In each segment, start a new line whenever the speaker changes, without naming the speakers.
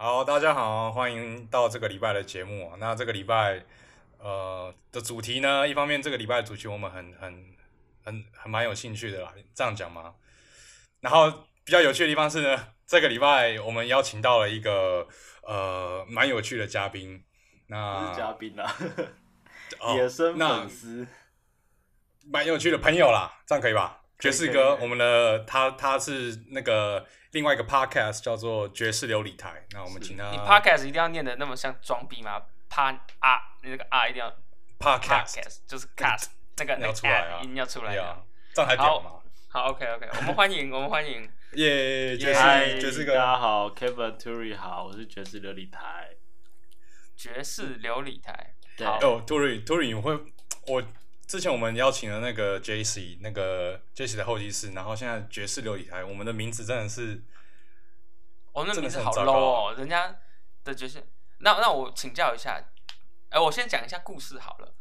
好，大家好，欢迎到这个礼拜的节目、哦。那这个礼拜，呃，的主题呢，一方面这个礼拜的主题我们很很很很蛮有兴趣的啦，这样讲吗？然后比较有趣的地方是呢，这个礼拜我们邀请到了一个呃蛮有趣的嘉宾，
不
那
是嘉宾啊，
哦
野生
那
粉丝。
蛮有趣的朋友啦，这样可以吧？
可
爵
以
士
可以
哥，
可以
我们的他他是那个另外一个 podcast 叫做爵士琉璃台，那我们请他
你 podcast 一定要念的那么像装逼吗？啪啊，那个啊一定要
podcast
podcast 就是 cast 那个那
要
个
出来啊
a 音要出来
对啊
的。，
这样才屌
好
嘛！
好，OK OK，我们欢迎，我们欢迎。
耶，爵
嗨
士爵士
大
哥，
家好，Kevin Turi 好，我是爵士琉璃台。
爵士琉璃台，
对
好
哦，Tory Tory，你会我之前我们邀请了那个 JC 那个 JC 的后继室，然后现在爵士琉璃台，我们的名字真的是
我们的
真的
名
是
字
很
好
糟糕啊
low 哦，人家的爵士。那那我请教一下，哎、我先讲一下故事好了，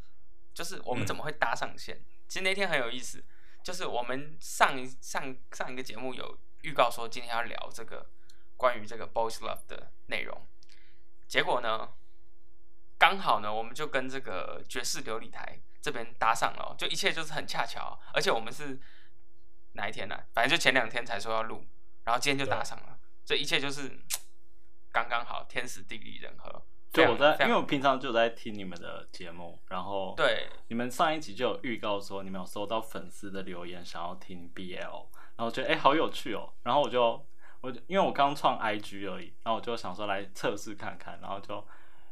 就是我们
嗯
怎么会搭上线？其实那天很有意思，就是我们上一上上一个节目有预告说今天要聊这个关于这个 boys love 的内容，结果呢，刚好呢我们就跟这个爵士琉璃台这边搭上了哦、就一切就是很恰巧，哦而且我们是哪一天呢、反正就前两天才说要录，然后今天就搭上了，这一切就是刚刚好，天时地利人和。
就我在
非，常
因为我平常就有在听你们的节目，然后
对
你们上一集就有预告说你们有收到粉丝的留言，想要听 BL，然后我觉得哎、诶好有趣哦，然后我就我就因为我刚创 IG 而已，然后我就想说来测试看看，然后就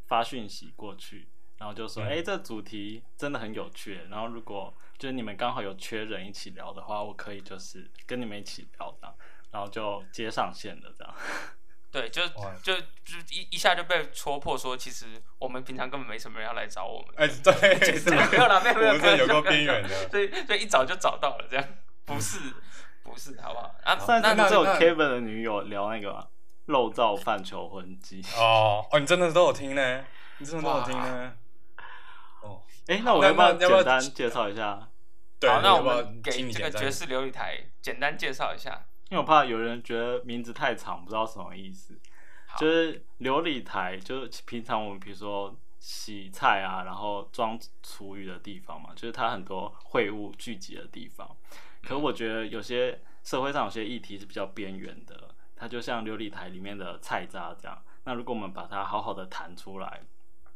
发讯息过去，然后就说
嗯
哎、诶这主题真的很有趣，然后如果就是你们刚好有缺人一起聊的话，我可以就是跟你们一起聊这样，然后就接上线了这样。
对，就
哇
就就一一下就被戳破说，其实我们平常根本没什么人要来找我们。
哎对，真
没有啦，没有没
我
有，
们真的有
开玩笑
够边缘 的。
所以所以一早就找到了，这样不是不是，好不好？啊，
上
那
次不是有
那
Kevin 的女友聊那个吗肉燥饭求婚记？
哦哦，你真的都有听呢，你真的都有听呢。
哎、那我
那
要不要
那要不要
简单介绍一下？
对，
好，那
要
我
不要
们
请
给
你
这个
简单
爵士琉璃台简单介绍一下。
因为我怕有人觉得名字太长，不知道什么意思。
好
就是琉璃台，就是平常我们比如说洗菜啊，然后装厨余的地方嘛，就是它很多秽物聚集的地方。可我觉得有些社会上有些议题是比较边缘的，它就像琉璃台里面的菜渣这样。那如果我们把它好好的弹出来，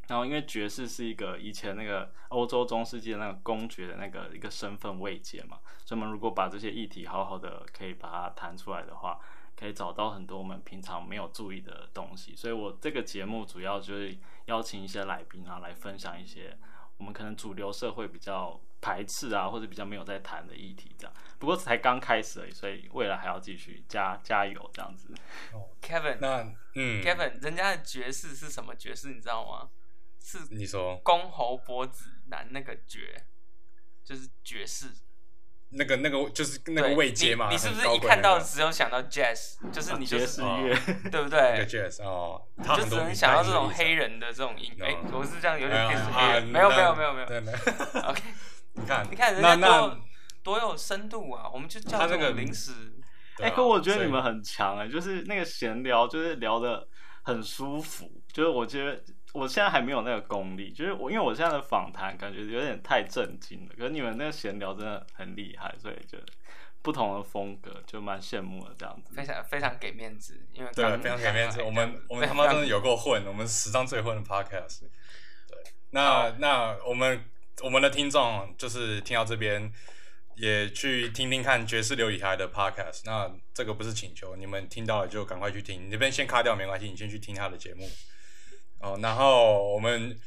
然后因为爵士是一个以前那个欧洲中世纪的那个公爵的那个一个身份位阶嘛，所以我们如果把这些议题好好的可以把它弹出来的话，可以找到很多我们平常没有注意的东西。所以我这个节目主要就是邀请一些来宾啊，来分享一些我们可能主流社会比较排斥啊，或者比较没有在谈的议题这样。不过才刚开始而已，所以未来还要继续加加油这样子。
Kevin
那嗯
Kevin，人家的爵士是什么爵士，你知道吗？是
你说
公侯伯子男那个爵，就是爵士。
那个那个就是那
对
个位阶
你
嘛，
你是不
很
是
高
一
贵
看
那
到
个
只有想到 jazz，就 是你就
爵
是
士乐，
对
那个
不对？
jazz 哦，他
你就
很
只
多
能
名
想到
单
这
是
种
绿色
黑人的这种音，
No
哎，我是这样有
哎
点
呀
变成黑
啊
人，没有
那
没有没有没有
对对
，OK，
你看
你看人
那
家
那
多多有深度啊，我们就叫
他那
这
个
种零食，
对
哎、
啊
可我觉
所
得
以
你们很强哎、就是那个闲聊，就是聊的很舒服。就是我觉得我现在还没有那个功力，就是我因为我现在的访谈感觉有点太震惊了，可是你们那个闲聊真的很厉害，所以觉得不同的风格就蛮羡慕的这样子。
非常非常给面子，因为
对
刚
非常给面子，
刚
我
来
们我们他妈真的有够混，我们史上最混的 podcast。对，那那我们我们的听众就是听到这边。也去听听看爵士琉璃台的 podcast，那这个不是请求，你们听到了就赶快去听，你那边先卡掉没关系，你先去听他的节目。哦，然后我们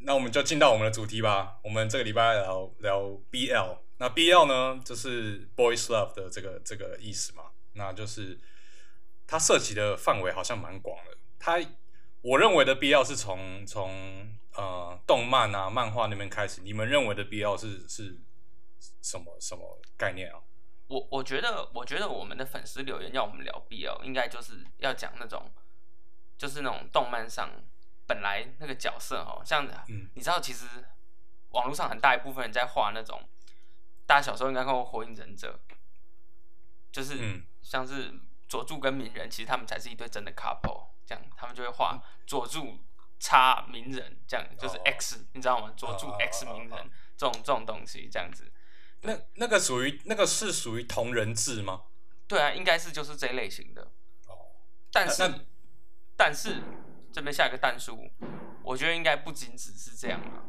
那我们就进到我们的主题吧。我们这个礼拜聊聊 BL，那 BL 呢就是 boys love 的这个这个意思嘛，那就是它涉及的范围好像蛮广的。它我认为的 BL 是从从呃动漫啊漫画那边开始，你们认为的 BL 是是什么什么概念啊？
我我觉得，我觉得我们的粉丝留言要我们聊 BL，应该就是要讲那种，就是那种动漫上本来那个角色哦，像、
嗯
你知道，其实网络上很大一部分人在画那种，大家小时候应该看过《火影忍者》，就是
嗯
像是佐助跟鸣人，其实他们才是一对真的 couple，这样他们就会画佐助叉鸣人，这样就是
嗯哦
X，、你知道吗？佐助
哦哦哦
X
哦
鸣人、
哦
这种这种东西，这样子。
那那个属于那个是属于同人志吗？
对啊，应该是就是这一类型的。
哦，
但是
那那，
但是这边下一个但书，我觉得应该不仅只是这样啊，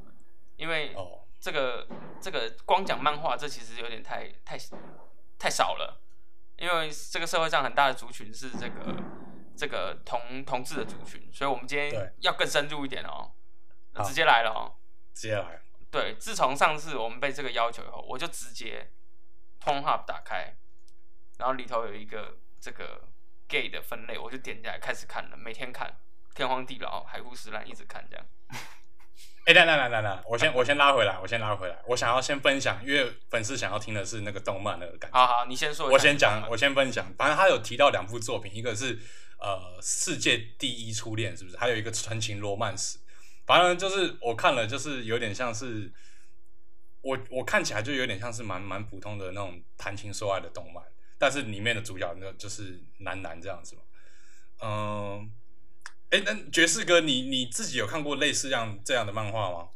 因为
哦，
这个这个光讲漫画，这其实有点太太太少了，因为这个社会上很大的族群是这个这个同同志的族群，所以我们今天
对
要更深入一点哦，
好
直接来了哦。
接下来
对，自从上次我们被这个要求以后，我就直接 Pornhub 打开，然后里头有一个这个 gay 的分类，我就点进来开始看了，每天看，天荒地老，海枯石烂，一直看这样。
哎，来来来来来，我先我先拉回来，我先拉回来，我想要先分享，因为粉丝想要听的是那个动漫的感觉。
好好，你先说一下。
我先讲，我先分享。反正他有提到两部作品，一个是呃世界第一初恋，是不是？还有一个纯情罗曼史。反正就是我看了，就是有点像是我我看起来就有点像是蛮蛮普通的那种谈情说爱的动漫，但是里面的主角那就是男男这样子嘛。嗯，哎、那爵士哥，你你自己有看过类似这样这样的漫画吗？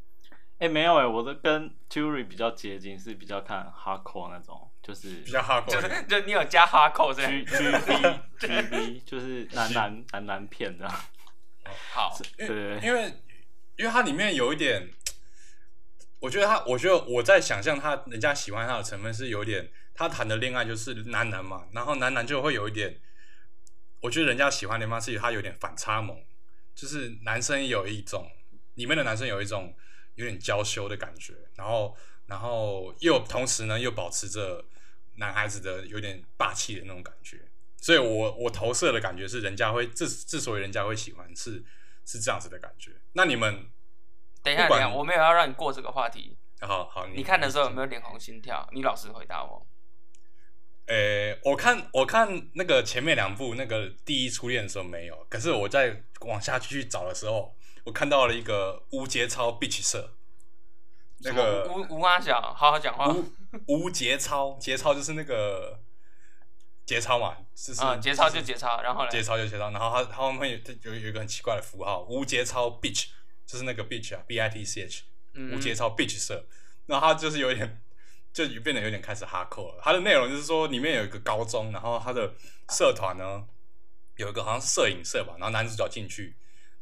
哎、没有哎、我的跟 Jury 比较接近，是比较看 hardcore 那种，就是
比较哈狗
就是就你有加哈扣这
G
样。
G B G B，就是男男男男片这样。
好，
对对对，
因为因为它里面有一点，我觉得他，我觉得我在想象他人家喜欢他的成分是有点，他谈的恋爱就是男男嘛，然后男男就会有一点，我觉得人家喜欢的方式，他有点反差萌，就是男生有一种里面的男生有一种有点娇羞的感觉，然后然后又同时呢又保持着男孩子的有点霸气的那种感觉。所以我我投射的感觉是，人家会之之所以人家会喜欢是是这样子的感觉。那你们
等一下，
不
等
管
一下，我没有要让你过这个话题。
好好，你
你看的时候有没
有？
有脸红心跳？你老实回答我。
诶、呃我看我看那个前面两部那个第一初恋的时候没有，可是我在往下去找的时候，我看到了一个乌节操 bitch 社，那个
什么吴吴阿小，好好讲话。
无节操，节操就是那个节操嘛，就是
嗯，节操就节操，然后呢？
节操就节操，然后他他后面有他有有一个很奇怪的符号，无节操 bitch，就是那个 bitch 啊，b i t c h，
嗯
无节操 bitch 社，然后他就是有点 就变得有点开始哈扣了。他的内容就是说里面有一个高中，然后他的社团呢有一个好像是摄影社吧，然后男主角进去，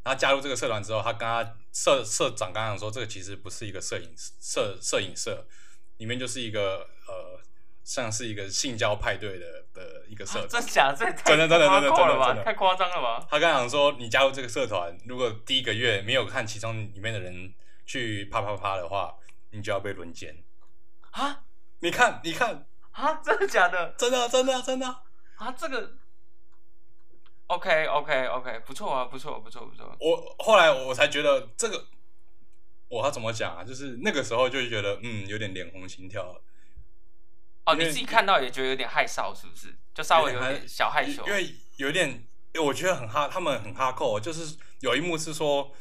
他加入这个社团之后，他跟他社社长刚刚讲说，这个其实不是一个摄影摄摄影社，里面就是一个呃像是一个性交派对的的一个社
啊
团。
真假？这也太
真的真的
夸
真的真
张
的
了吧
真的
太夸张了吧？
他刚想说，你加入这个社团，如果第一个月没有看其中里面的人去啪啪啪的话，你就要被轮奸。
啊
你看，你看，
啊，真的假的？
真的，真的，真的。
啊，这个 OK OK OK，不错啊，不错不错不错。
我后来我才觉得这个，我要怎么讲啊？就是那个时候就觉得，嗯，有点脸红心跳了，
哦，
因
你
为
自己看到也觉得有点害臊，是不是？就稍微有点小害羞
因。为有点，我觉得很哈，他们很哈扣。哦就是有一幕是说，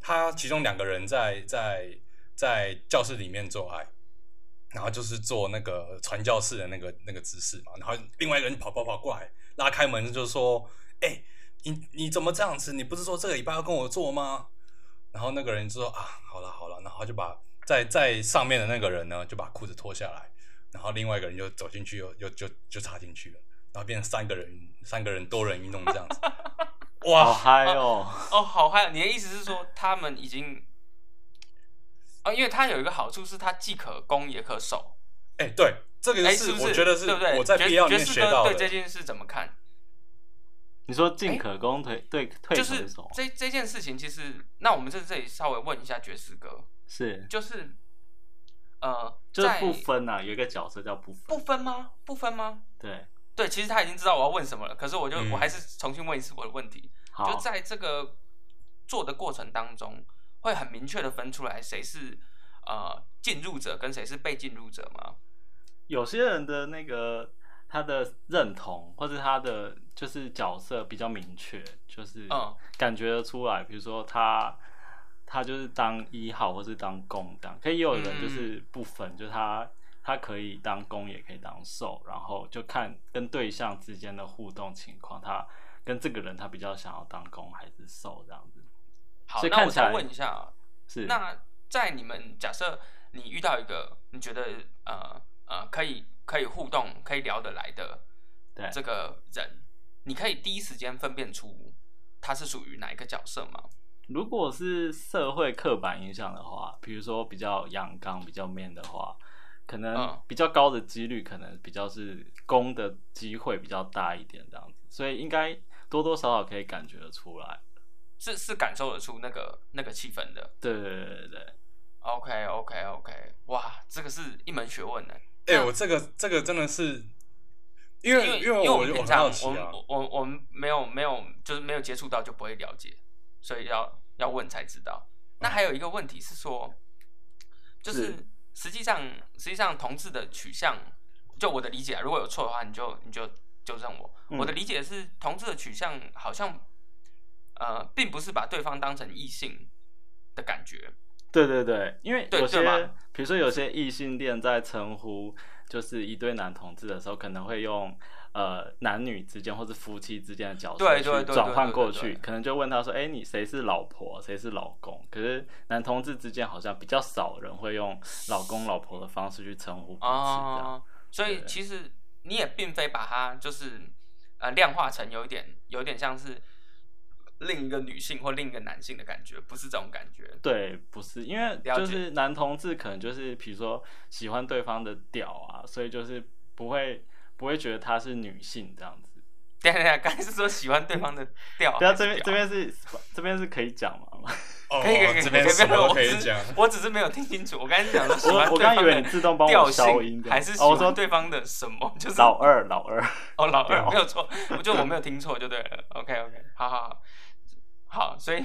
他其中两个人在在在教室里面做爱，然后就是做那个传教士的那个那个姿势嘛，然后另外一个人跑跑跑过来，拉开门就说：“哎、你你怎么这样子？你不是说这个礼拜要跟我做吗？”然后那个人就说：“啊，好了好了。”然后就把在在上面的那个人呢，就把裤子脱下来，然后另外一个人就走进去，又又就就插进去了，然后变成三个人三个人多人运动这样子。
好
哇，
嗨哦！
哦，好害！你的意思是说他们已经哦，因为它有一个好处是它既可攻也可守。
哎、对，这个
哎，
是
不
我
是？
觉得
对不对？
我在
爵
必要里
爵
面
士
学
哥
到的。
对这件事怎么看？
你说进可攻退对退
就
可
是
守
这这件事情，其实那我们在这里稍微问一下爵士哥，
是
就是呃，
就是
在
不分啊，有一个角色叫不
不
分，
分吗？不分吗？
对，
对，其实他已经知道我要问什么了，可是我就、
嗯
我还是重新问一次我的问题，就
好，
在这个做的过程当中，会很明确的分出来谁是呃进入者跟谁是被进入者吗？
有些人的那个他的认同或者他的就是角色比较明确，就是
嗯
感觉得出来，比如说他。他就是当一号，或是当攻这样，可以也有
嗯
人就是不分，就是他他可以当攻，也可以当受，然后就看跟对象之间的互动情况，他跟这个人他比较想要当攻还是受这样子。
好
所，以
那我
看起来
再问一下啊，
是，
那在你们假设你遇到一个你觉得呃呃可以可以互动、可以聊得来的
对
这个人，你可以第一时间分辨出他是属于哪一个角色吗？
如果是社会刻板印象的话，比如说比较阳刚、比较 man 的话，可能
嗯
比较高的几率，可能比较是攻的机会比较大一点这样子，所以应该多多少少可以感觉得出来。
是是感受得出那个那个气氛的。
对对对对对，
OK OK OK，哇，这个是一门学问呢。
哎、我这个这个真的是，因
因
为
因为
为
我
我
们
我
平
很
常
好
我
奇
们
啊，
我我我们没有没有就是没有接触到就不会了解，所以要要问才知道。
嗯
那还有一个问题是说，就是
是
实际上实际上同志的取向，就我的理解、啊，如果有错的话，你就你就纠正我。
嗯
我的理解是，同志的取向好像呃，并不是把对方当成异性的感觉，
对对对，因为
对
有
对
些
吧，
比如说有些异性恋在称呼就是一对男同志的时候，可能会用呃男女之间或是夫妻之间的角色
对
去
对对
转换
对对
过
对
去，
对
可能就问他说：“哎，你谁是老婆，谁是老公？”可是男同志之间好像比较少人会用老公、老婆的方式去称呼彼此，这样
哦，所以
对
其实你也并非把它就是呃量化成有一点有点像是另一个女性或另一个男性的感觉，不是这种感觉。
对，不是，因为
了
就
解
是男同志可能就是比如说喜欢对方的屌啊，所以就是不会不会觉得她是女性这样子。
等一下等一下，刚才是说喜欢对方 的调，
不要
还是
啊这边这
屌
边是这边是可以讲嘛？
哦，
可以可以可以，
这
可以
边
可以
什
不
么
要
都
我
可以
只是
讲，
我只是没有听清楚，我刚才讲说喜欢
我我
对
刚
方
以
的
为你自动帮
调
我
性
消音的，
还是喜
哦，我
欢
说
对方的什么？就是
老二老二，
哦，老二
屌
没有错，我觉得我没有听错就对了。OK OK，好好好，好，所以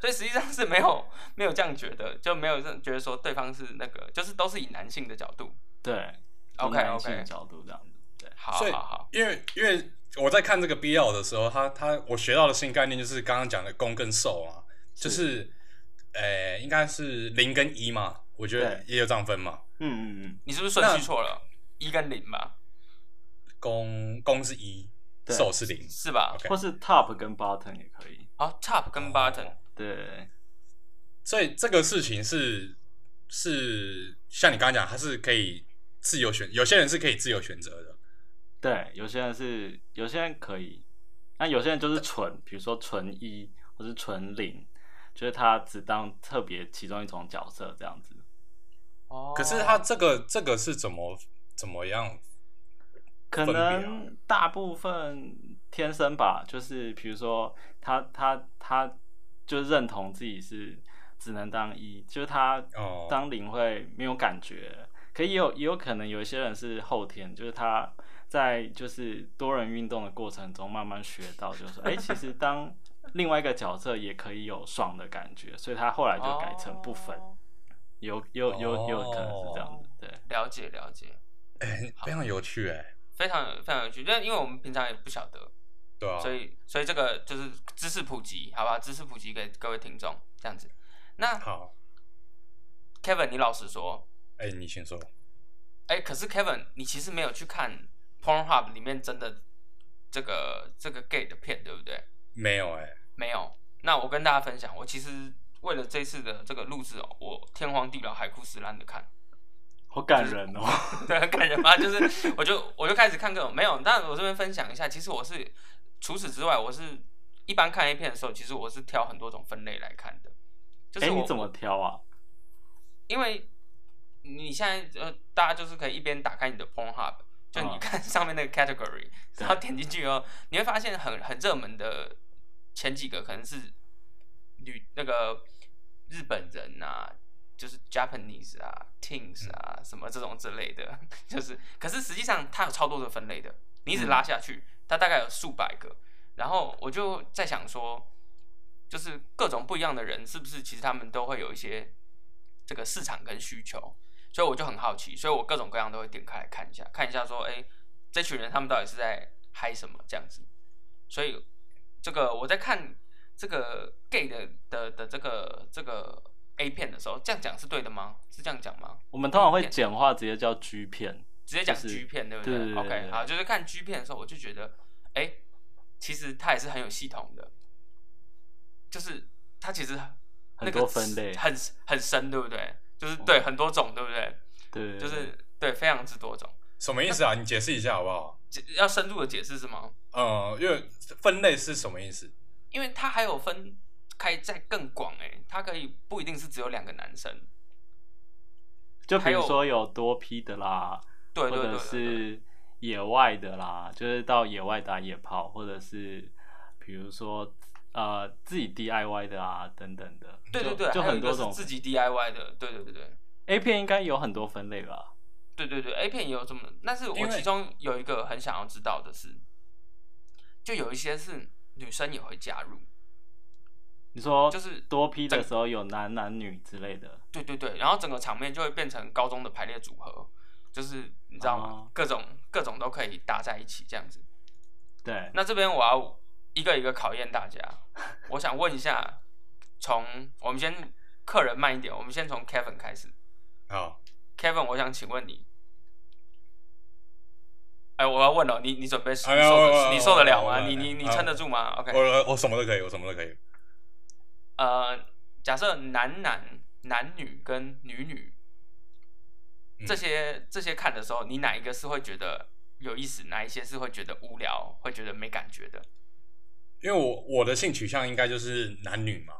所以实际上是没有没有这样觉得，就没有这觉得说对方是那个，就是都是以男性的角度。
对从
OK，
男性
OK
的角度这样子，对，
好
所以
好好，
因为因为我在看这个 BL 的时候，他他我学到的新概念就是刚刚讲的攻跟受啊，就是呃应该是零跟一嘛，我觉得也有这样分嘛，
嗯嗯嗯，
你是不是顺
那
序错了？一跟零吧，
攻攻是一，
对
受是零，
是吧？
OK
或是 top 跟 bottom 也可以，
好，top 跟 button，
对，
所以这个事情是是像你刚刚讲，它是可以自由选，有些人是可以自由选择的。
对，有些人是有些人可以，那有些人就是纯，比如说纯一或是纯零，就是他只当特别其中一种角色这样子。
哦，
可是它这个这个是怎么怎么样？
可
分别啊
能大部分天生吧，就是比如说他他他就认同自己是只能当一，就是他
哦
当零会没有感觉，可也有也有可能有一些人是后天，就是他在就是多人运动的过程中慢慢学到，就是说哎、其实当另外一个角色也可以有爽的感觉，所以他后来就改成不分，
哦
有有有有可能是这样子，对，
了解了解，
哎非常有趣哎、
非常有非常有趣，但因为我们平常也不晓得，
对啊，
所以所以这个就是知识普及，好吧？知识普及给各位听众这样子。那
好，
Kevin，你老实说，
哎、你先说。
哎、可是 Kevin，你其实没有去看 Pornhub 里面真的这个这个 gay 的片，对不对？
没有哎、
没有。那我跟大家分享，我其实为了这次的这个录制哦，我天荒地老、海枯石烂的看，
好感人哦，
对，很感人吧？就是我就我就开始看各种没有，但我这边分享一下，其实我是除此之外，我是一般看 A 片的时候，其实我是挑很多种分类来看的。就
哎、
是我、
你怎么挑啊？
因为你现在呃，大家就是可以一边打开你的 Pornhub，就你
嗯
看 上面那个 category，、然后点进去以后，你会发现很很热门的前几个可能是女那个日本人啊，就是 Japanese 啊、teens 啊、什么这种之类的， 就是可是实际上它有超多的分类的，你一直拉下去，它大概有数百个。然后我就在想说，就是各种不一样的人，是不是其实他们都会有一些这个市场跟需求？所以我就很好奇，所以我各种各样都会点开来看一下，看一下说，哎，这群人他们到底是在嗨什么这样子。所以这个我在看这个 gay 的的的这个这个 A 片的时候，这样讲是对的吗？是这样讲吗？
我们通常会简化，直接叫 G 片。
直接讲
就是
G 片，对不
对对对对
o k
对
好，就是看 G 片的时候，我就觉得，哎、其实它也是很有系统的，就是它其实那
很
个
多分类，哦
很很深，对不对？就是对很多种，对不对？
对，
就是对非常之多种，
什么意思啊？你解释一下好不好？
解要深入的解释是吗？
呃，因为分类是什么意思？
因为它还有分开再更广哎、欸，它可以不一定是只有两个男生，
就比
还
如
有
说有多批的啦，
对对
或
对
者
对对
是野外的啦，就是到野外打野炮，或者是比如说呃自己 DIY 的啊等等的，
对对
就
对，
就
还有
很
一
多
个是
种
自己 DIY 的，对对对对
A 片应该有很多分类吧？
对对对，A 片也有这么，但是
因
我
为
其中有一个很想要知道的是，就有一些是女生也会加入，
你说
就是
多批的时候有男男女之类的，
对对对，然后整个场面就会变成高中的排列组合，就是你知道吗？
哦
各种各种都可以搭在一起这样子。
对，
那这边我要一个一个考验大家，我想问一下，从我们先客人慢一点，我们先从 Kevin 开始。
好，
Kevin，我想请问你，哎，我要问了，你你准备你受
哎呀我
得
我
你受得了
我
吗？
我
你你你
哎
撑得住吗
我
？OK，
我我什么都可以，我什么都可以。
呃，假设男男、男女跟女女
嗯
这些这些看的时候，你哪一个是会觉得有意思，哪一些是会觉得无聊，会觉得没感觉的？
因为我我的性取向应该就是男女嘛，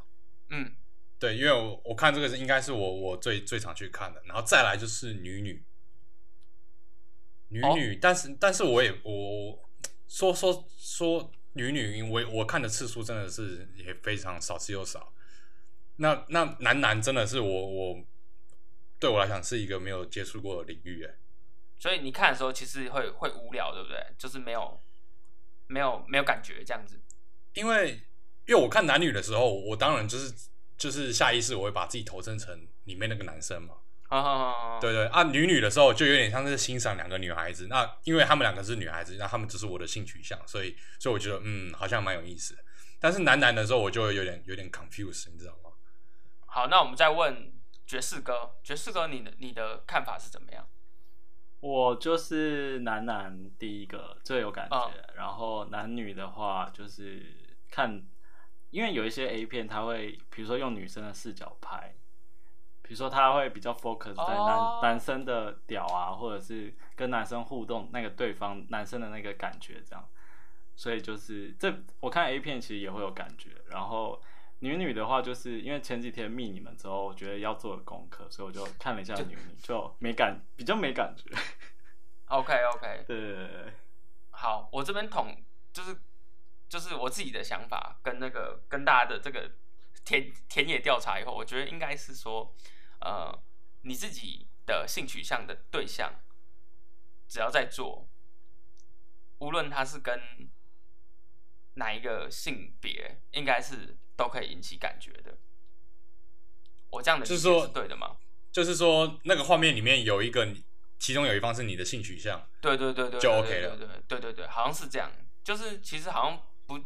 嗯，
对，因为我我看这个是应该是我我最最常去看的，然后再来就是女女，女
哦
女，但是但是我也我说说说女女，我我看的次数真的是也非常少之又少。那那男男真的是我我对我来讲是一个没有接触过的领域，哎，
所以你看的时候其实会会无聊，对不对？就是没有没有没有感觉这样子。
因为因为我看男女的时候，我当然就是就是下意识我会把自己投身成里面那个男生嘛，
好好好好好，
对对啊，女女的时候就有点像是欣赏两个女孩子，那因为她们两个是女孩子，那她们只是我的性取向，所以所以我觉得嗯，好像蛮有意思的。但是男男的时候，我就会有点有点 confused，你知道吗？
好，那我们再问爵士哥，爵士哥你的你的看法是怎么样？
我就是男男第一个最有感觉，
嗯
然后男女的话就是看，因为有一些 A 片，它会比如说用女生的视角拍，比如说他会比较 focus 在男、
哦
男生的屌啊，或者是跟男生互动那个对方男生的那个感觉这样，所以就是这我看 A 片其实也会有感觉，然后。女女的话，就是因为前几天密你们之后，我觉得要做的功课，所以我就看了一下女女，就没感，比较没感觉。
OK OK，
对对对对，
好，我这边统就是就是我自己的想法跟那个跟大家的这个田田野调查以后，我觉得应该是说，呃，你自己的性取向的对象，只要在做，无论他是跟哪一个性别，应该是都可以引起感觉的。我这样的
就是
理解
说
是对的吗？
就是说那个画面里面有一个你，其中有一方是你的性取向，
对对对对，
就
对
OK 了
对对对对对，好像是这样。就是其实好像不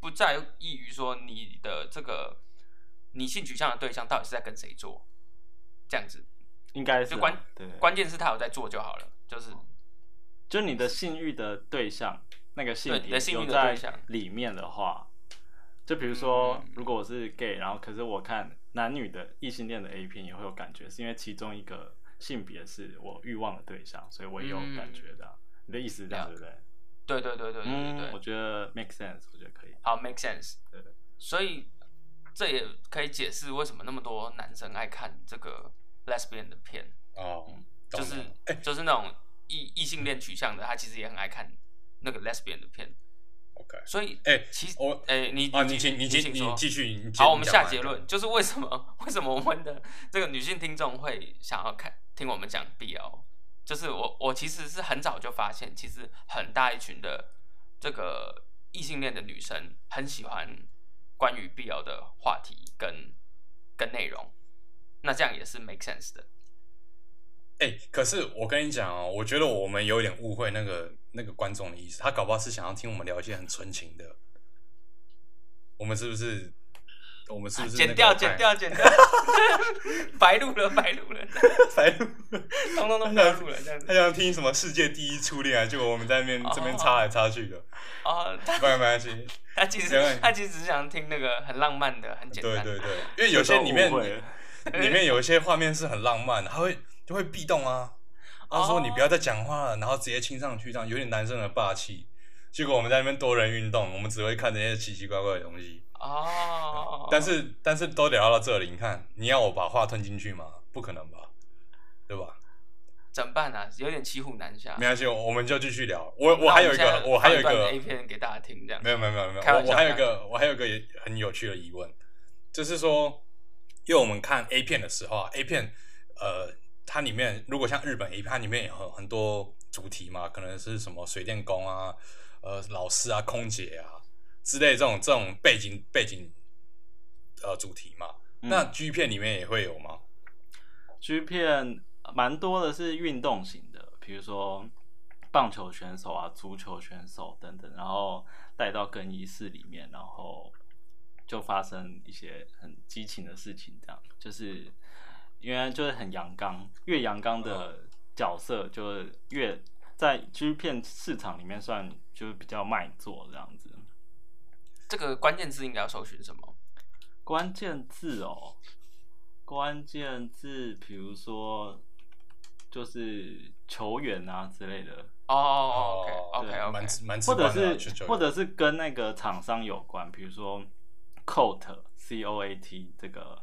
不在意于说你的这个你性取向的对象到底是在跟谁做，这样子，
应该是啊、
就关
对，
关键是他有在做就好了。就是
就你的性欲的对象，那个性
对你
别
的性欲
有
的
在
对象
里面的话，就比如说
嗯，
如果我是 gay，然后可是我看男女的异性恋的 A 片也会有感觉，是因为其中一个性别是我欲望的对象，所以我也有感觉的啊、你的意思是这样
嗯了
对不对？嗯
对对对对对
嗯
对对，
我觉得 make sense，我觉得可以。
好 make sense
对对。
所以这也可以解释为什么那么多男生爱看这个 lesbian 的片，
哦，懂
嗯就
了
是
哎、
就是那种异异性恋取向的，他其实也很爱看那个 lesbian 的片。
o k
所以，
哎
其实，
我
哎，你
啊，
你
你请你
继
继
说
你继续，你接
好，我们
你讲
下
完
结论，就是为什么为什么我们的这个女性听众会想要看听我们讲 BL？就是我我其实是很早就发现，其实很大一群的这个异性恋的女生很喜欢关于 BL 的话题跟跟内容，那这样也是 make sense 的。
哎、可是我跟你讲哦，我觉得我们有点误会那个那个观众的意思，他搞不好是想要听我们聊一些很纯情的，我们是不是我们是不是那
啊剪
个
掉，
太
剪，掉，剪掉， 白录了，白录了，
白录，
通通都白录了，这样
他
子。
想听什么世界第一初恋啊？结果我们在那边这边插来插去的，
哦，他
没关系，没关系
他其实
原来
他其实只是想听那个很浪漫的，很简
对
单。
对对，因为有些里面
都误会了
里面有一些画面是很浪漫的，他会就会壁咚啊，他说
哦
你不要再讲话了，然后直接亲上去，这样有点男生的霸气。结果我们在那边多人运动，我们只会看那些奇奇怪怪的东西。
哦，
但是但是都聊到这里，你看你要我把话吞进去吗？不可能吧，对吧？
怎么办啊？有点骑虎难下
没。关系，我我们就继续聊。我
那
我还有
们
一
现在
个，我还有一
放段哎
个
A 片给大家听，这样
没有没有没有没有，
开玩
我
笑
我还有一
开玩
个我还有一个也很有趣的疑问，就是说，因为我们看 A 片的时候啊，A 片呃，它里面如果像日本 A 片，它里面有很很多主题嘛，可能是什么水电工啊、呃老师啊、空姐啊之类这种这种背景背景呃主题嘛。
嗯
那 G 片里面也会有吗？
G 片蛮多的是运动型的，比如说棒球选手啊、足球选手等等，然后带到更衣室里面，然后就发生一些很激情的事情，这样就是因为就是很阳刚，越阳刚的角色就是越在 G 片市场里面算就是比较卖座这样子。
这个关键字应该要搜寻什么？
关键字哦，关键字，比如说就是球员啊之类的，
哦，OK
对
OK
蛮
OK，
直蛮直
或
观的
者
啊，就就是
或者是跟那个厂商有关，比如说 Coat C O A T 这个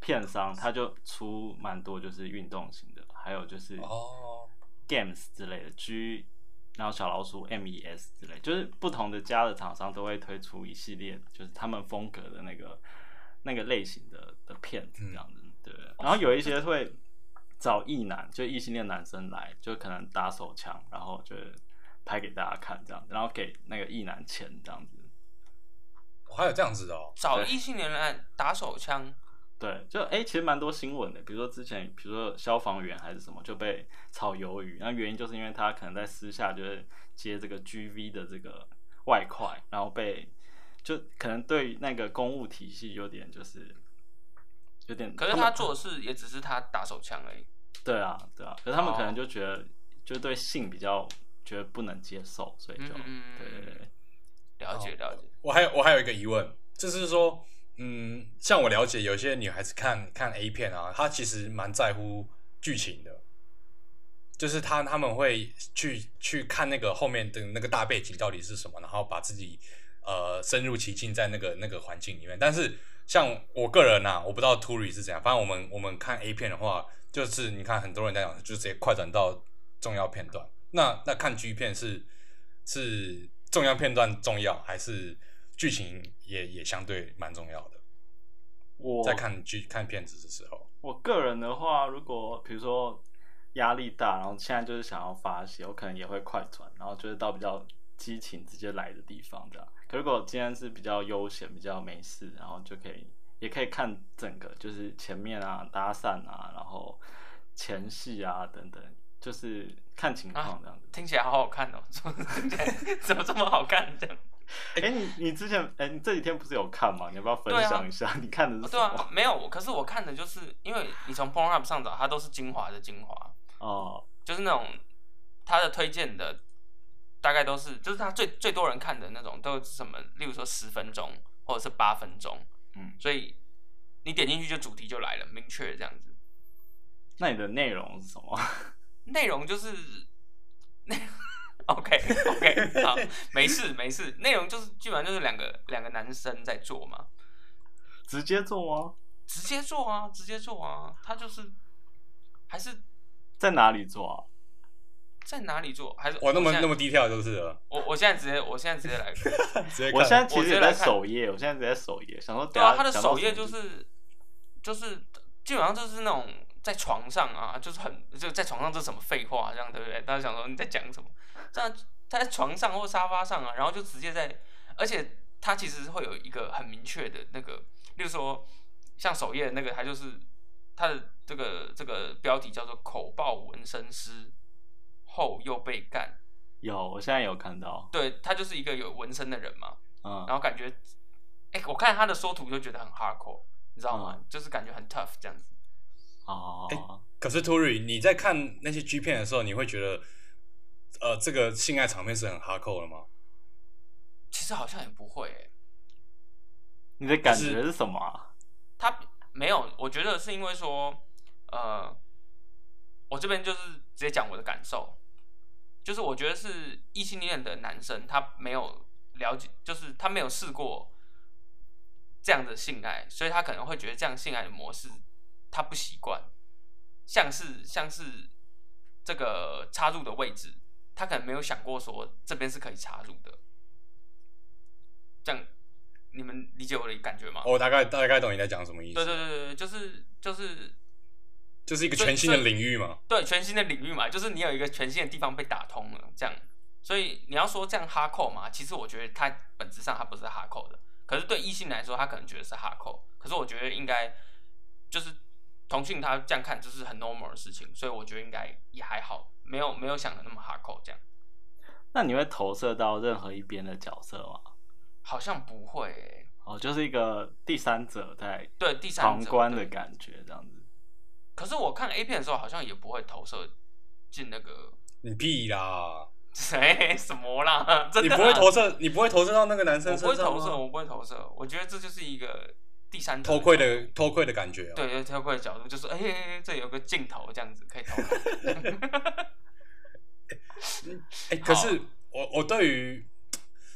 片商，他就出蛮多就是运动型的，还有就是
哦
Games 之类的 G。然后小老鼠 M E S 之类，就是不同的家的厂商都会推出一系列，就是他们风格的那个那个类型的的片
嗯
子这样子，对。然后有一些会找异男，就异性恋男生来，就可能打手枪，然后就拍给大家看这样子，然后给那个异男钱这样子，
还有这样子的哦，
找异性恋来打手枪，
对，就哎、诶其实蛮多新闻的，比如说之前，比如说消防员还是什么就被炒鱿鱼，那原因就是因为他可能在私下就是接这个 GV 的这个外快，然后被就可能对那个公务体系有点就是有点，
可是
们
他做的事也只是他打手枪而已。
对啊对啊，可是他们
哦
可能就觉得、就对性比较觉得不能接受，所以就、
嗯嗯嗯
对对对，
了
哦
解了解，
我还有我还有一个疑问，就是说，嗯，像我了解，有些女孩子看看 A 片啊，她其实蛮在乎剧情的，就是她她们会去去看那个后面的那个大背景到底是什么，然后把自己呃深入其境在那个那个环境里面。但是像我个人呐、啊，我不知道 Turi 是怎样，反正我们我们看 A 片的话，就是你看很多人在讲，就直接快转到重要片段。那那看 G 片是是重要片段重要，还是剧情也也相对蛮重要的？
我
在看剧看片子的时候，
我个人的话，如果比如说压力大，然后现在就是想要发泄，我可能也会快转，然后就是到比较激情直接来的地方这样。可如果今天是比较悠闲、比较没事，然后就可以也可以看整个，就是前面啊、搭讪啊，然后前戏啊等等，就是看情况这样子。
听起来好好看哦， 听起来怎么这么好看？这样
哎、你你之前哎、你这几天不是有看吗？你要不要分
对啊
享一下、你看的是什
对啊
么？，
没有，可是我看的就是因为你从 Pornhub 上找，它都是精华的精华，
哦，
就是那种它的推荐的大概都是，就是它最最多人看的那种都是什么，例如说十分钟或者是八分钟，
嗯，
所以你点进去就主题就来了，明确这样子。
那你的内容是什么？
内容就是 内，OK OK，好，没事没事，内容就是基本上就是两个两个男生在做嘛，
直接做吗？
直接做啊，直接做啊，他就是还是
在哪里做啊？
在哪里做，还是
哇，那么
我现在
那么低调就是了，
我我现在直接我现在直接 来，
直接看
我现在其
我
实
直接
也
来
在
看
首页，我现在只在首页，想说
对
等
啊，
下
他的
讲到
首页
什
就
么地
是就是基本上就是那种在床上啊，就是很就在床上这什么废话这样对不对？大家想说你在讲什么？这样他在床上或沙发上啊，然后就直接在，而且他其实会有一个很明确的那个，例如说像首页那个，他就是他的这个这个标题叫做“口爆纹身师后又被干
有，我现在有看到”，，
对他就是一个有纹身的人嘛，
嗯
然后感觉哎、我看他的缩图就觉得很 hardcore，你知道吗？
嗯
就是感觉很 tough 这样子。
哦，
哎
可是 Turi，你在看那些 G 片的时候，你会觉得，呃，这个性爱场面是很哈扣的吗？
其实好像也不会、欸，
你的感觉是什么啊？
他没有，我觉得是因为说，呃，我这边就是直接讲我的感受，就是我觉得是异性恋的男生，他没有了解，就是他没有试过这样的性爱，所以他可能会觉得这样性爱的模式他不习惯，像是像是这个插入的位置，他可能没有想过说这边是可以插入的，这样你们理解我的感觉吗？
我哦大概大概懂你在讲什么意思，
对对对对，对，就是就是
就是一个
所以
全新的
所以
领域嘛。
对全新的领域嘛，就是你有一个全新的地方被打通了，这样。所以你要说这样哈扣嘛，其实我觉得它本质上它不是哈扣的，可是对异性来说，他可能觉得是哈扣。可是我觉得应该就是同性他这样看就是很 normal 的事情，所以我觉得应该也还好，没有没有想的那么哈扣这样。
那你会投射到任何一边的角色吗？
好像不会、欸，
哦，就是一个第三者在
对第三
旁
者
观
对
的感觉，这样子。
可是我看 A 片的时候，好像也不会投射进那个
你屁啦，
谁什么啦，真
你
的啊
不会
啦
投射，你不会投射到那个男
我
生
不会
身上
投射，
吗？
我不会投射。我觉得这就是一个第三者
偷窥
角
的偷窥的感觉啊。
度，对，对，偷窥的角度，就是哎、哎这有个镜头这样子可以偷看。
哎、可是我我对于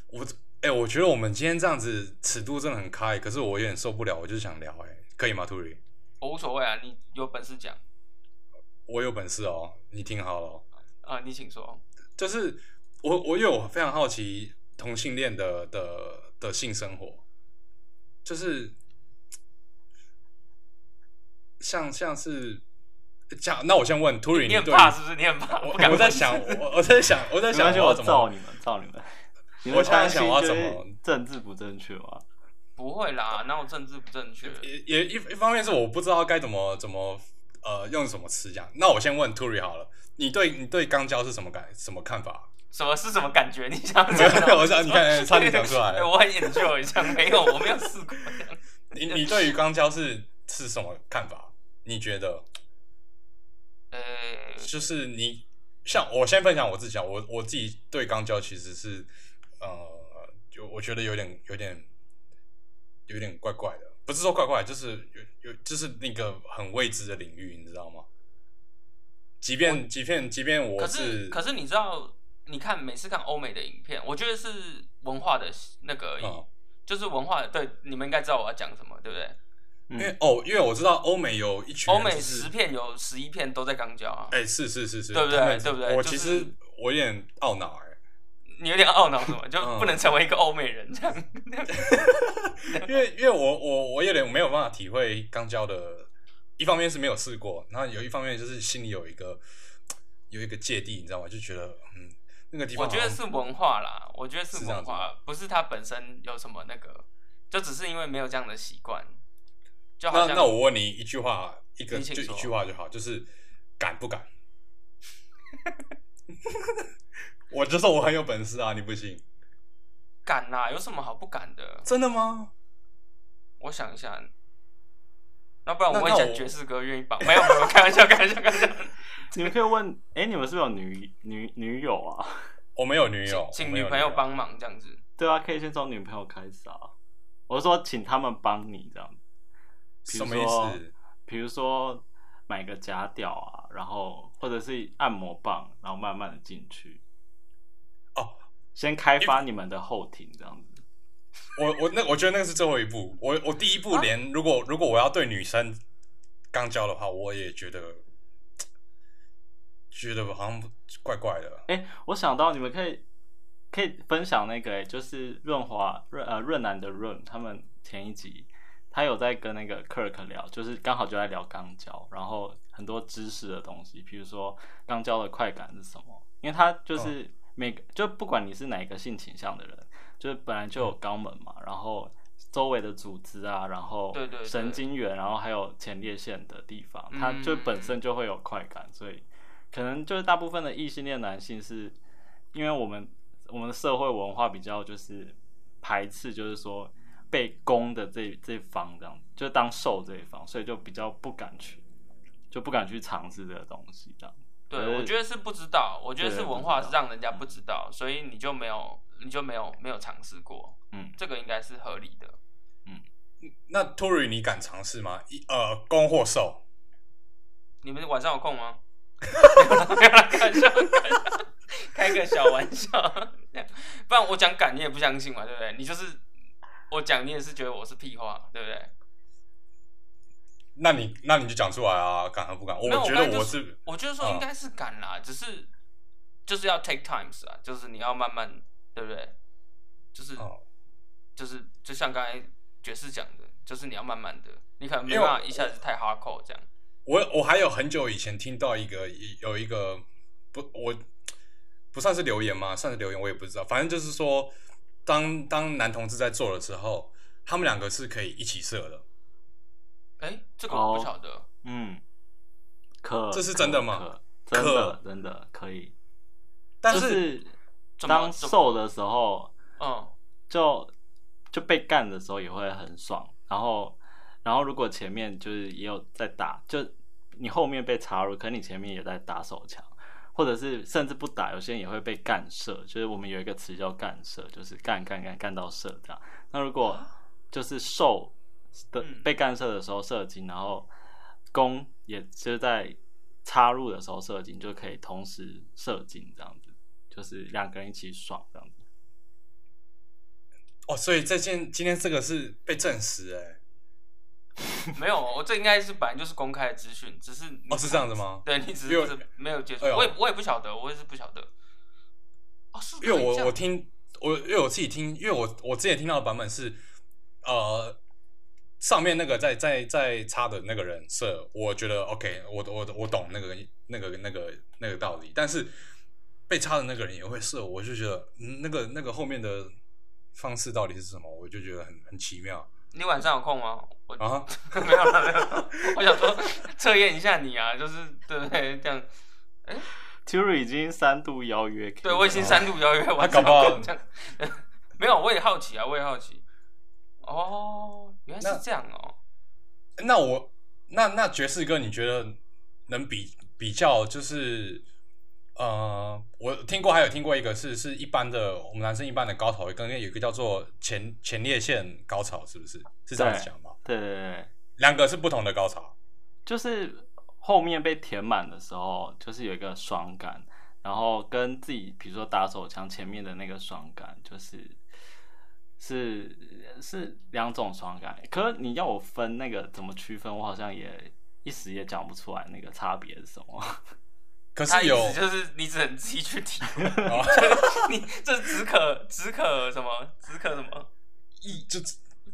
我哎、我觉得我们今天这样子尺度真的很开，可是我有点受不了，我就是想聊、哎，可以吗，Turi？
我无所谓啊，你有本事讲
我有本事哦，你听好了哦、
啊、你请说。
就是我我有非常好奇同性恋的的的性生活，就是像像是讲，那我先问 Turi，
你很
对
怕是不是？你很怕？
我
不敢
我在
问
想，我我在想，我在
没
想
关系，
要
我
怎
造
么
你们，造你们。 你
我
们
现在
担心
想我要
就
怎
是
么
政治不正确吗？
不会啦，哪有政治不正确？
也也一一方面是我不知道该怎么怎么呃用什么词讲。那我先问 Turi 好了，你对你对肛交是什么感什么看法？
什么是什么感觉？你想
没
知
有，
道？
我想你看， 哎差点讲出来
对，
了。
我很 enjoy 这样，没有，我没有试过这样。
你你对于肛交是是什么看法？你觉得？
呃，
就是你像我先分享我自己啊，我我自己对肛交其实是呃，就我觉得有点有点有点怪怪的，不是说怪怪，就是有有就是那个很未知的领域，你知道吗？即便即便即便我
可是可是你知道，你看每次看欧美的影片，我觉得是文化的那个而已，
嗯
就是文化的对，你们应该知道我要讲什么，对不对？
因为
嗯，
哦，因为我知道欧美有一群
欧
人
美
就是
十片有十一片都在肛交啊，
哎、是是是是，
对不对
他们
对不对
我
就
其
是
实我有点懊恼哎、
你有点懊恼什么，就
嗯
不能成为一个欧美人这样。
因为因为我我我有点没有办法体会肛交的，一方面是没有试过，然后有一方面就是心里有一个有一个芥蒂，你知道吗？就觉得嗯，那个地方
我
好
觉
像
得是文化啦，我觉得
是
是
这样
文
子
化，不是他本身有什么那个，就只是因为没有这样的习惯，就好
那
像
那我问你一句话，一个
你请
就一
说
句话就好，就是敢不敢？ 我就说我很有本事啊，你不信？
敢啦，有什么好不敢的？
真的吗？
我想一下，那不然
那
我问一
那
下
我
爵士哥愿意帮？没有没有，开玩笑开玩笑开玩笑。
你们可以问，哎、你们是不是有女女女友啊？
我没有女友，我
请
没有
女朋友帮忙这样子。
对啊，可以先从女朋友开始啊。我是说，请他们帮你这样子。比
什
如
么意
说
思？
比如说买个假屌啊，然后或者是按摩棒，然后慢慢的进去。
哦，
先开发你们的后庭这样子。
我我那我觉得那个是最后一步。我我第一
啊
步连如果如果我要对女生刚交的话，我也觉得觉得好像怪怪的。
哎、我想到你们可以可以分享那个、诶就是润滑润呃润南的润，他们前一集他有在跟那个 Kirk 聊，就是刚好就在聊肛交，然后很多知识的东西，比如说肛交的快感是什么，因为他
哦
就是每个、就不管你是哪一个性倾向的人，就是本来就
嗯
有肛门嘛，然后。周围的组织啊，然后
对对对
神经元，然后还有前列腺的地方，它
嗯
就本身就会有快感，所以可能就是大部分的异性恋男性是，因为我们我们的社会文化比较就是排斥，就是说被攻的这这方这样子，就当受这一方，所以就比较不敢去，就不敢去尝试这个东西这样。可
对，
是
我觉得是不知道，我觉得
对
是
不
文
知
化是
道
让人家不知道，所以你就没有，你就没有没有尝试过，
嗯，
这个应该是合理的。
那 Tory 你敢尝试吗？一呃，攻或受？
你们晚上有空吗？ 没有啦开玩笑，开玩笑开个小玩笑， 不然我讲敢你也不相信嘛，对不对？你就是我讲你也是觉得我是屁话，对不对？
那你那你就讲出来啊，敢和不敢？我
没有
觉
刚才
得
就
我
是
是
我觉得说
嗯
应该是敢啦，只是就是要 take times 啊，就是你要慢慢，对不对？就是、
哦
就是就像刚才爵士讲的，就是你要慢慢的，你可能没
因为
办法一下子太 hardcore 这样。
我我还有很久以前听到一个有一个不我不算是留言嘛，算是留言我也不知道，反正就是说，当当男同志在做了之后，他们两个是可以一起射的，
哎、这个我
哦
不晓得。
嗯，可
这是真的吗
可真的
可
真的可以，
但、
就是是
怎么
当
怎么
瘦的时候，
嗯，
就就被干的时候也会很爽，然后然后如果前面就是也有在打，就你后面被插入，可你前面也在打手枪，或者是甚至不打，有些人也会被干射，就是我们有一个词叫干射，就是干干干干到射这样。那如果就是受的
嗯
被干射的时候射精，然后攻也就是在插入的时候射精，就可以同时射精这样子，就是两个人一起爽这样子。
哦，所以这件今天这个是被证实哎、
哦
没有，我这应该是本来就是公开的资讯，只是你
哦是这样子吗
对你只
因为我
是没有接触，
哎呦
我也我也不晓得，我也是不晓得。哦，是可以
因为
这
我
样
我听我因为我自己听，因为我我之前听到的版本是，呃，上面那个在在在插的那个人设，我觉得 OK，我我我懂那个那个那个那个道理，但是被插的那个人也会射，我就觉得、嗯、那个那个后面的方式到底是什么，我就觉得很很奇妙
你晚上有空吗？ 我
啊。
没有了，没有啦。我想说测验一下你啊，就是对不对？这样，
Tury 已经三度邀约 Q，
对我已经三度邀约完
哦搞
成
不好
功这样。 没有，我也好奇啊，我也好奇。哦，原来
那
是这样哦。
那我那那爵士哥，你觉得能比比较就是呃，我听过还有听过一个是是一般的我们男生一般的高潮，跟有一个叫做前前列腺高潮，是不是？是这样子
对
讲吗？
对对对，
两个是不同的高潮。
就是后面被填满的时候，就是有一个爽感，然后跟自己比如说打手枪前面的那个爽感，就是是是两种爽感。可是你要我分那个怎么区分，我好像也一时也讲不出来那个差别是什么。
可
他
是
意
有
思就是你只能自己去体会，
啊，
你这只可只可什么？只可什么？
就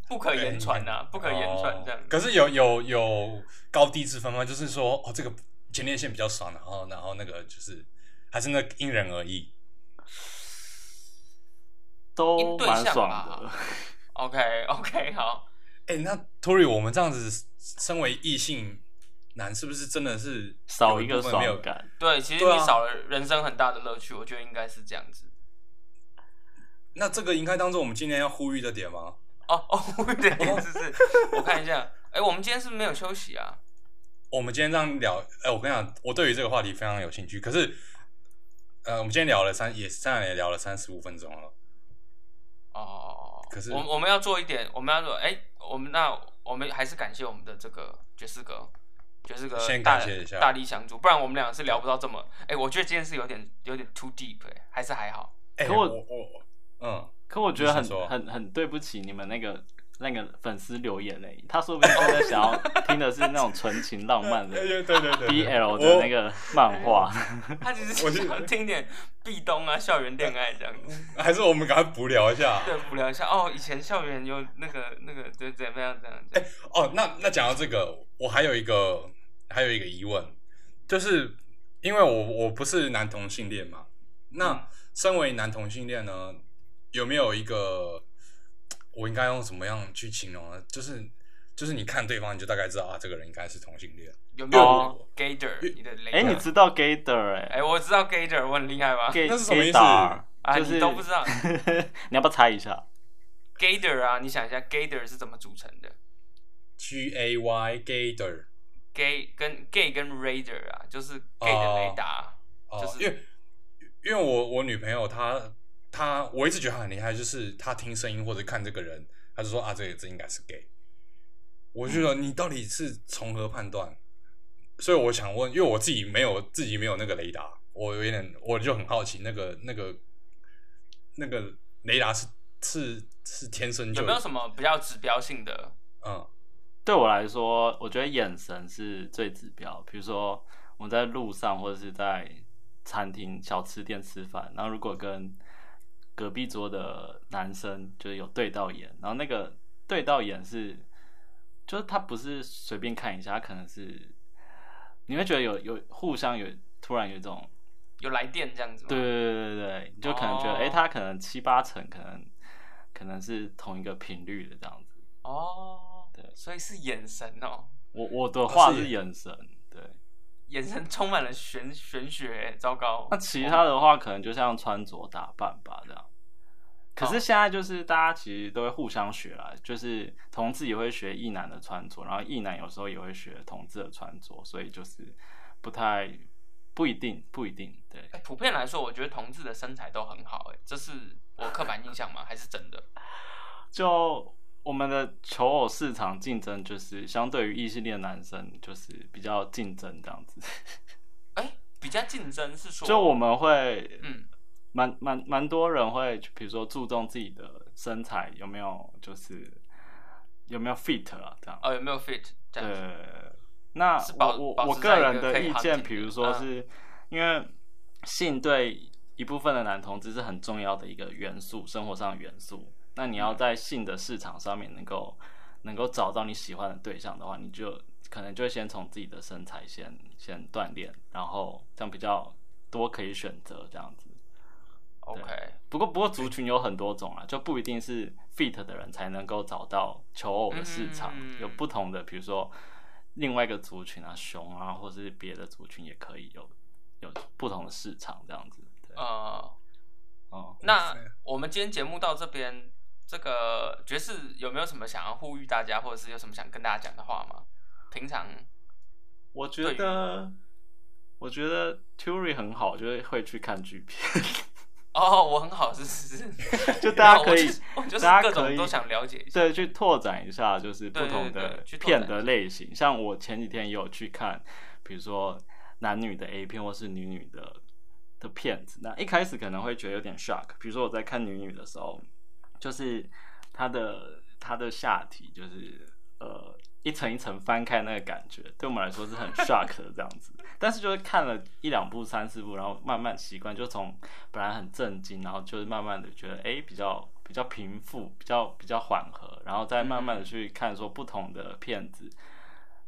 不可言传呐、不可言传这样
哦。可是有有有高低之分吗？就是说哦，这个前列腺比较爽，然后然后那个就是还是那个因人而异。
都
因对
蛮
象
爽
吧
的，
OK OK，好，
哎、那 Tory，我们这样子，身为异性男，是不是真的是
少
有
一
部
个
分没有
爽？感。
对，其实
对啊
你少了人生很大的乐趣，我觉得应该是这样子。
那这个应该当做我们今天要呼吁的点吗？
哦哦，我有点是
哦
是，我看一下，哎、我们今天是不是没有休息啊？
我们今天这样聊，哎、我跟你讲，我对于这个话题非常有兴趣。可是，呃，我们今天聊了三，也当然也聊了三十五分钟了。
哦，
可是
我我们要做一点，我们要做，哎、我们那我们还是感谢我们的这个爵士哥，爵士哥
先
大
感谢一下
大力相助，不然我们俩是聊不到这么，哎、我觉得今天是有点有点 too deep，、哎，还是还好，
哎、
可
我
我
我我，嗯，
可我觉得
你
很
想说
很很对不起你们那个那个粉丝留言嘞，他说不定真的想要听的是那种纯情浪漫
哎
的
对对对对
BL
我
的那个 漫画。
他其实
我
是
是
想听点壁咚啊，校园恋爱这样子。
还是我们赶快补聊一下。
对，无聊一下哦。以前校园有那个那个，对，怎么样怎么样？哎、
哦，那那讲到这个，我还有一个还有一个疑问，就是因为我我不是男同性恋嘛，那身为男同性恋呢，有没有一个我应该用怎么样去形容呢？就是就是你看对方，你就大概知道啊，这个人应该是同性恋。
有没有
哦
Gator？你的雷？
哎、你知道 Gator 哎、
哎、我知道 Gator，我很厉害吧？
g a
那是什么意哎
Gator
啊，
就是
你都不知道
你要不要猜一下？
Gator 啊，你想一下 Gator 是怎么组成的
G A Y Gator
？Gay 跟 Gay 跟 Radar 啊，就是 Gay
哦
的雷达。
哦，
就是
因为因为我我女朋友她她我一直觉得她很厉害，就是她听声音或者看这个人，她就说啊这个这应该是 gay。我就觉得你到底是从何判断？所以我想问，因为我自己没有自己没有那个雷达，我有点我就很好奇那个那个那个雷达是是是天生就
有没有什么比较指标性的？
嗯
对我来说，我觉得眼神是最指标。比如说我在路上或者是在餐厅、小吃店吃饭，然后如果跟隔壁桌的男生就是有对到眼，然后那个对到眼是，就是他不是随便看一下，他可能是你会觉得有有互相有突然有一种
有来电这样子吗？
对对对对对，你就可能觉得
哦
哎、诶他可能七八成可能可能是同一个频率的这样子。
哦，
对
所以是眼神哦，
我我的
哦
话
是
是眼神，对。
眼神充满了玄玄学，糟糕。
那其他的话，可能就像穿着打扮吧，这样。可是现在就是大家其实都会互相学啦，就是同志也会学异男的穿着，然后异男有时候也会学同志的穿着，所以就是不太不一定不一定对。
哎普遍来说，我觉得同志的身材都很好、哎，这是我刻板印象吗？还是真的？
就我们的求偶市场竞争，就是相对于异性恋男生，就是比较竞争这样子。
哎、比较竞争是说，
就我，们会
哦嗯，
蛮蛮蛮多人会，比如说注重自己的身材有没有，就是有没有 fit 啊，这样。
哦，有没有 fit 这样子？
对，那
是保
我我
保
我
持
个
在一
人
个可
的
以
意
行
见，
情
比
的
如说
嗯
是因为性对一部分的男同志是很重要的一个元素，生活上的元素。那你
嗯
要在性的市场上面能够能够找到你喜欢的对象的话，你就可能就会先从自己的身材先先锻炼，然后这样比较多可以选择这样子。
OK，
不过，不过族群有很多种啊，就不一定是 fit 的人才能够找到求偶的市场，
嗯
有不同的，比如说另外一个族群啊，熊啊，或是别的族群也可以有有不同的市场这样子。对，
呃，
哦，
那我们今天节目到这边，这个爵士有没有什么想要呼吁大家，或者是有什么想跟大家讲的话吗？平常，
我觉得，我觉得 Turi 很好，就是会去看剧片，
哦，我很好，是是是，
就大家
我
可以
就是，我就是
大家
各
可
种
以
都想了解一下。
对，去拓展一下，就是不
对对
同
对
的
去拓
片
展一
的
下
类型。像我前几天也有去看，比如说男女的 A 片或是女女的的片子。那一开始可能会觉得有点 shock，比如说我在看女女的时候，就是她的她的下体就是呃一层一层翻开那个感觉，对我们来说是很 shock 的这样子。但是就是看了一两部、三四部，然后慢慢习惯，就从本来很震惊，然后就是慢慢的觉得哎、诶比较比较平复，比较比较缓和，然后再慢慢的去看说不同的片子，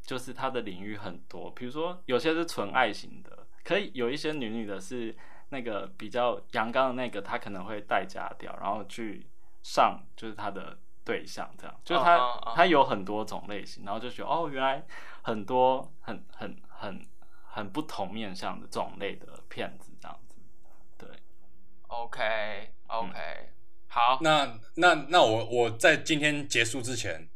就是它的领域很多，比如说有些是纯爱型的，可以有一些女女的是那个比较阳刚的那个，她可能会带家调，然后去上就是她的对象这样，就是她
嗯嗯嗯
她有很多种类型，然后就觉得哦，原来很多很很很很不同面向的种类的片子这样子，对，
OK OK，、好，
嗯
那那那我我在今天结束之前，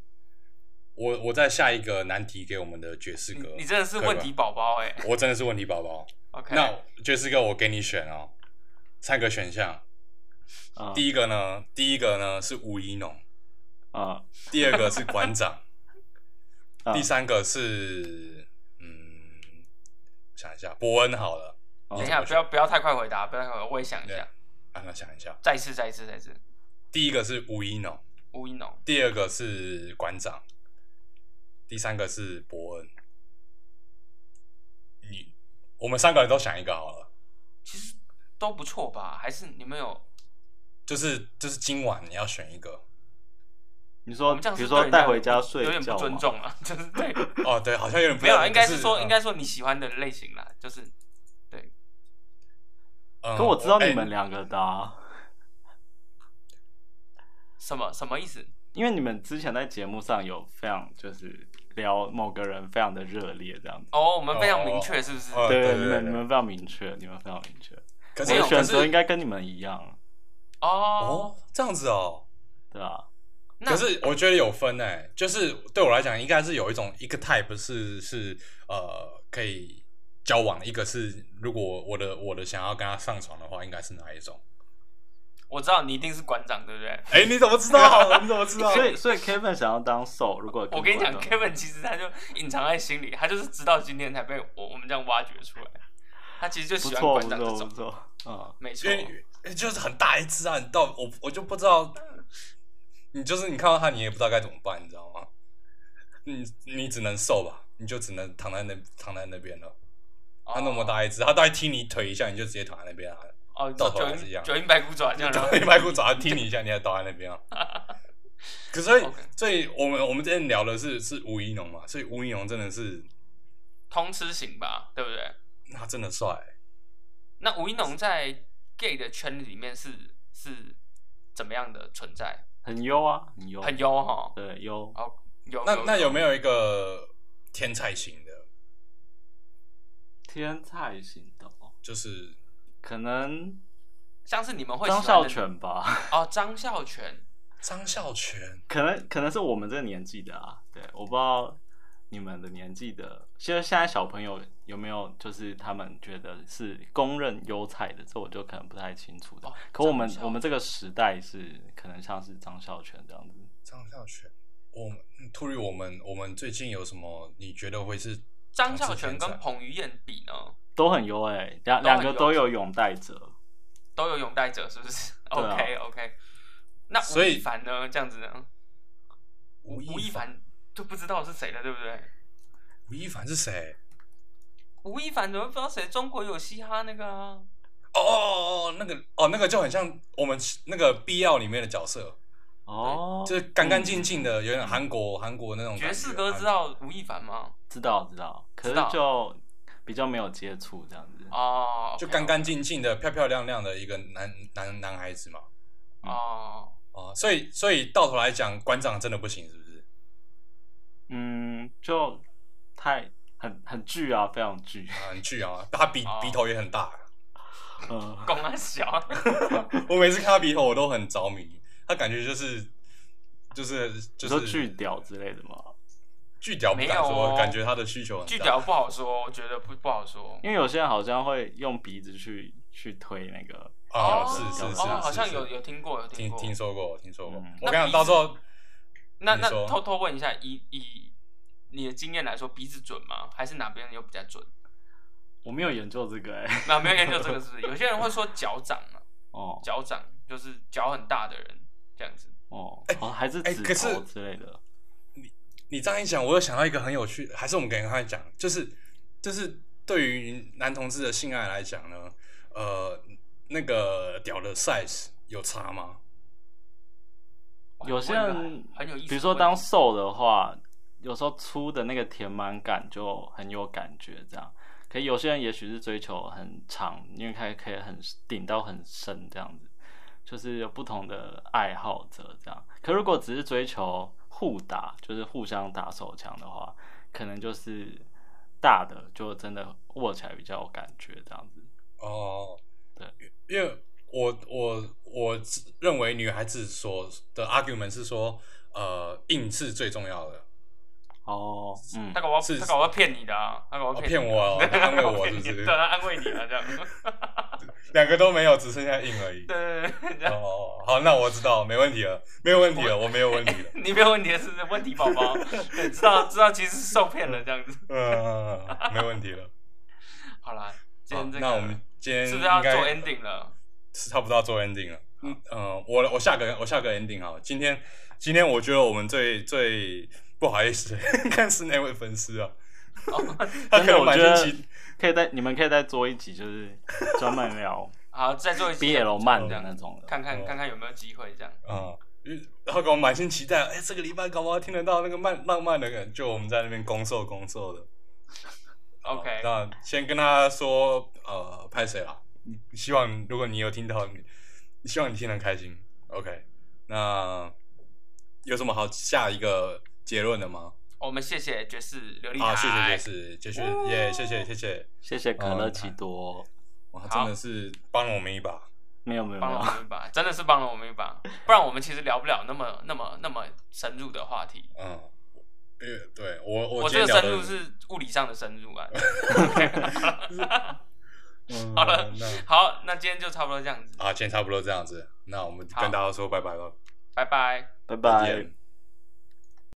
我我再下一个难题给我们的爵士
你
哥。
你真的是问题宝宝哎、
我真的是问题宝宝。
OK，
那爵士哥，我给你选哦，三个选项。
呃
第一个呢，第一个呢是吴一农，
呃
第二个是馆 长，
啊
呃
第三个是嗯，我想一下，伯恩好了。
哦
等一下，不要不要太快回答，不要太快回答，我也想一
对
下。
让他啊想一下，
再一次，再一次，再一次。
第一个是吴一农，
吴一农，
第二个是馆长，第三个是伯恩。你，我们三个人都想一个好了，
其实都不错吧？还是你们有？
就是就是今晚你要选一个。
你
我
说，
们这样
比
是
如
对
说
人家
带回家睡
有点
觉
不
吗
尊重啊， 就是对，
哦，对，好像有点不
没有啦，
太
应该是
可
说，
嗯
应该说你喜欢的类型啦，就是对，
嗯
可我
哦
知道你们
哎
两个的、啊，
什么什么意思？
因为你们之前在节目上有非常就是聊某个人非常的热烈这样子。
哦，我们非常明
哦哦
确，是不是？
哦对对
你
对
们
对
你们非常明确，你们非常明确。
可
我
是
没
的
有
可
选
是
择应该跟你们一样，
哦
哦，这样子哦，
对吧、
那
可是我觉得有分哎、就是对我来讲，应该是有一种一个 type 是是呃可以交往的，一个是如果我的我的想要跟他上床的话，应该是哪一种？
我知道你一定是馆长，对不对？
哎、你怎么知道？你怎么知道？
所以所以 Kevin 想要当 soul，如果
我跟你
观
讲
众
，Kevin 其实他就隐藏在心里，他就是直到今天才被我我们这样挖掘出来。他其实就
不
喜欢
错不
馆长这
错不
种，
错，嗯，
没错
因。为就是很大一只啊，你到我我就不知道，你就是你看到它，你也不知道该怎么办，你知道吗？你你只能受吧，你就只能躺在那躺在那边了。它啊那么大一只，它大概踢你腿一下，你就直接躺在那边 啊。
哦，
到头
九
还是一
阴
样
九阴白骨爪这样
然
然
后
后
你白骨爪踢你一下，你还倒在那边啊。可所以
OK
所以我们我们之前聊的是是吴一农嘛，所以吴一农真的是
通吃型吧，对不对？
他真的帅、
那吴一农在 gay 的圈里面是是怎么样的存在？
很优啊，很优，
很优哈，
对优，
哦，有
那那有没有一个天才型的，
天才型的哦，
就是
可能
像是你们会喜
张
欢
孝
的
全吧，
哦，张孝全
张孝全？
可能可能是我们这个年纪的啊，对，我不知道你们的年纪的，其实现在小朋友有没有就是他们觉得是公认优菜的，这我就可能不太清楚的。
哦
可我们
张孝
我们这个时代是可能像是张孝全这样子，
张孝全，我们突然我们我们最近有什么你觉得会是
张孝全
同
跟
志天才
彭于晏比呢，
都很优哎、两
都
两
很
个
优
都有拥戴者，
都有拥戴者，是 不是
对啊
？OK OK，那
所
吴
以
亦凡呢？这样子呢？
吴
吴
亦
亦
凡？
凡就不知道是谁了，对不对？
吴亦凡是谁？
吴亦凡怎么不知道谁？中国有嘻哈那个啊，
哦哦哦，那个哦，那个就很像我们那个必要里面的角色，
哦，
就是干干净净的，有点韩国韩国那种
爵
感觉
士哥知道吴亦凡吗？
知道知道，可
知道
是就比较没有接触这样子。
哦，
就
OK，
干干净净的、漂漂亮亮的一个男男男孩子嘛。
哦，
啊、所以所以到头来讲，馆长真的不行，是不是？
嗯，就太很很巨啊，非常巨。
啊很巨啊，他鼻、
哦
鼻头也很大。
嗯，
公安小，
我每次看他鼻头，我都很着迷。他感觉就是就是
你
就
说
是
巨屌之类的吗？
巨屌不
没
敢
有
说，
哦
感觉他的需求很大
巨屌不好说，我觉得不不好说。
因为有些人好像会用鼻子去去推那个，
啊、
哦
是是是，
哦，好像
是
有有听过，有
听
过。
听说过，听说过。
嗯
我跟你讲，
那
到时候
那
你
那
说
偷偷问一下，以以你的经验来说，鼻子准吗？还是哪边有比较准？
我没有研究这个哎、欸。
没有没有研究这个是不是？有些人会说脚掌啊，
哦
脚掌就是脚很大的人这样子。
哦，好还是
哎
指
可是
头之类的。
你这样一讲，我又想到一个很有趣，还是我们给他讲，就是就是对于男同志的性爱来讲呢，呃，那个屌的 size 有差吗？
哇
有些人
问得很有意思，
比如说当瘦的话，有时候粗的那个填满感就很有感觉，这样。可有些人也许是追求很长，因为他可以很顶到很深这样子，就是有不同的爱好者这样。可如果只是追求互打，就是互相打手枪的话，可能就是大的就真的握起来比较有感觉这样子。
哦，
对，
因为我我我认为女孩子所的 argument 是说，呃，硬是最重要的。
哦，嗯
他，搞不好
是
他搞不好骗你的啊，他搞不好
哦
你
骗我哦
的
他安慰我
骗你
是不是
对，啊他安慰你了这样。
两个都没有，只剩下硬而已。
对对对对，这样
哦，好，那我知道，没问题了，没有问题了，我没有问题了。
你没有问题的是问题宝宝，对，知道知道其实是受骗了这样子。
嗯、没问题了。
好啦，今
好
天这个
那我们今天
是不是要
应该
做 ending 了？
是差不多要做 ending 了。嗯，呃，我我下个我下个 ending 好，今天今天我觉得我们最最不好意思， 看是哪位粉丝啊， 他可
哦真的
能
我
满
觉
心
得
期
可以再你们可以再做一集，就是专门聊
好，再做一次
BL 漫
这
的
样
那种的。
看看
哦
看看有没有机会这样。
啊，嗯他给我满心期待，哎、这个礼拜搞不好听得到那个漫浪漫的感觉，就我们在那边攻受攻受的。好
OK，
哦那先跟他说，呃，拍谁啦？你希望如果你有听到，你希望你听得开心。OK，那有什么好下一个结论的吗？
我们谢谢爵士琉璃
好，啊谢谢
台，
谢谢，谢谢
哦
耶，谢谢谢谢，哦哎
谢谢可乐奇多，
哇，
好
真的是帮了我们一把。
没有没有没
帮了
有
我，们一把，真的是帮了我们一把，不然我们其实聊不了那么那么那么深入的话题。
嗯，因为对我我
我
今天
这个
聊
深
的
入是物理上的深入啊。
嗯
好了
那
好，那今天就差不多这样子，
啊，今天差不多这样子，那我们
好
跟大家说拜拜了，
拜拜。
拜
再
拜
见。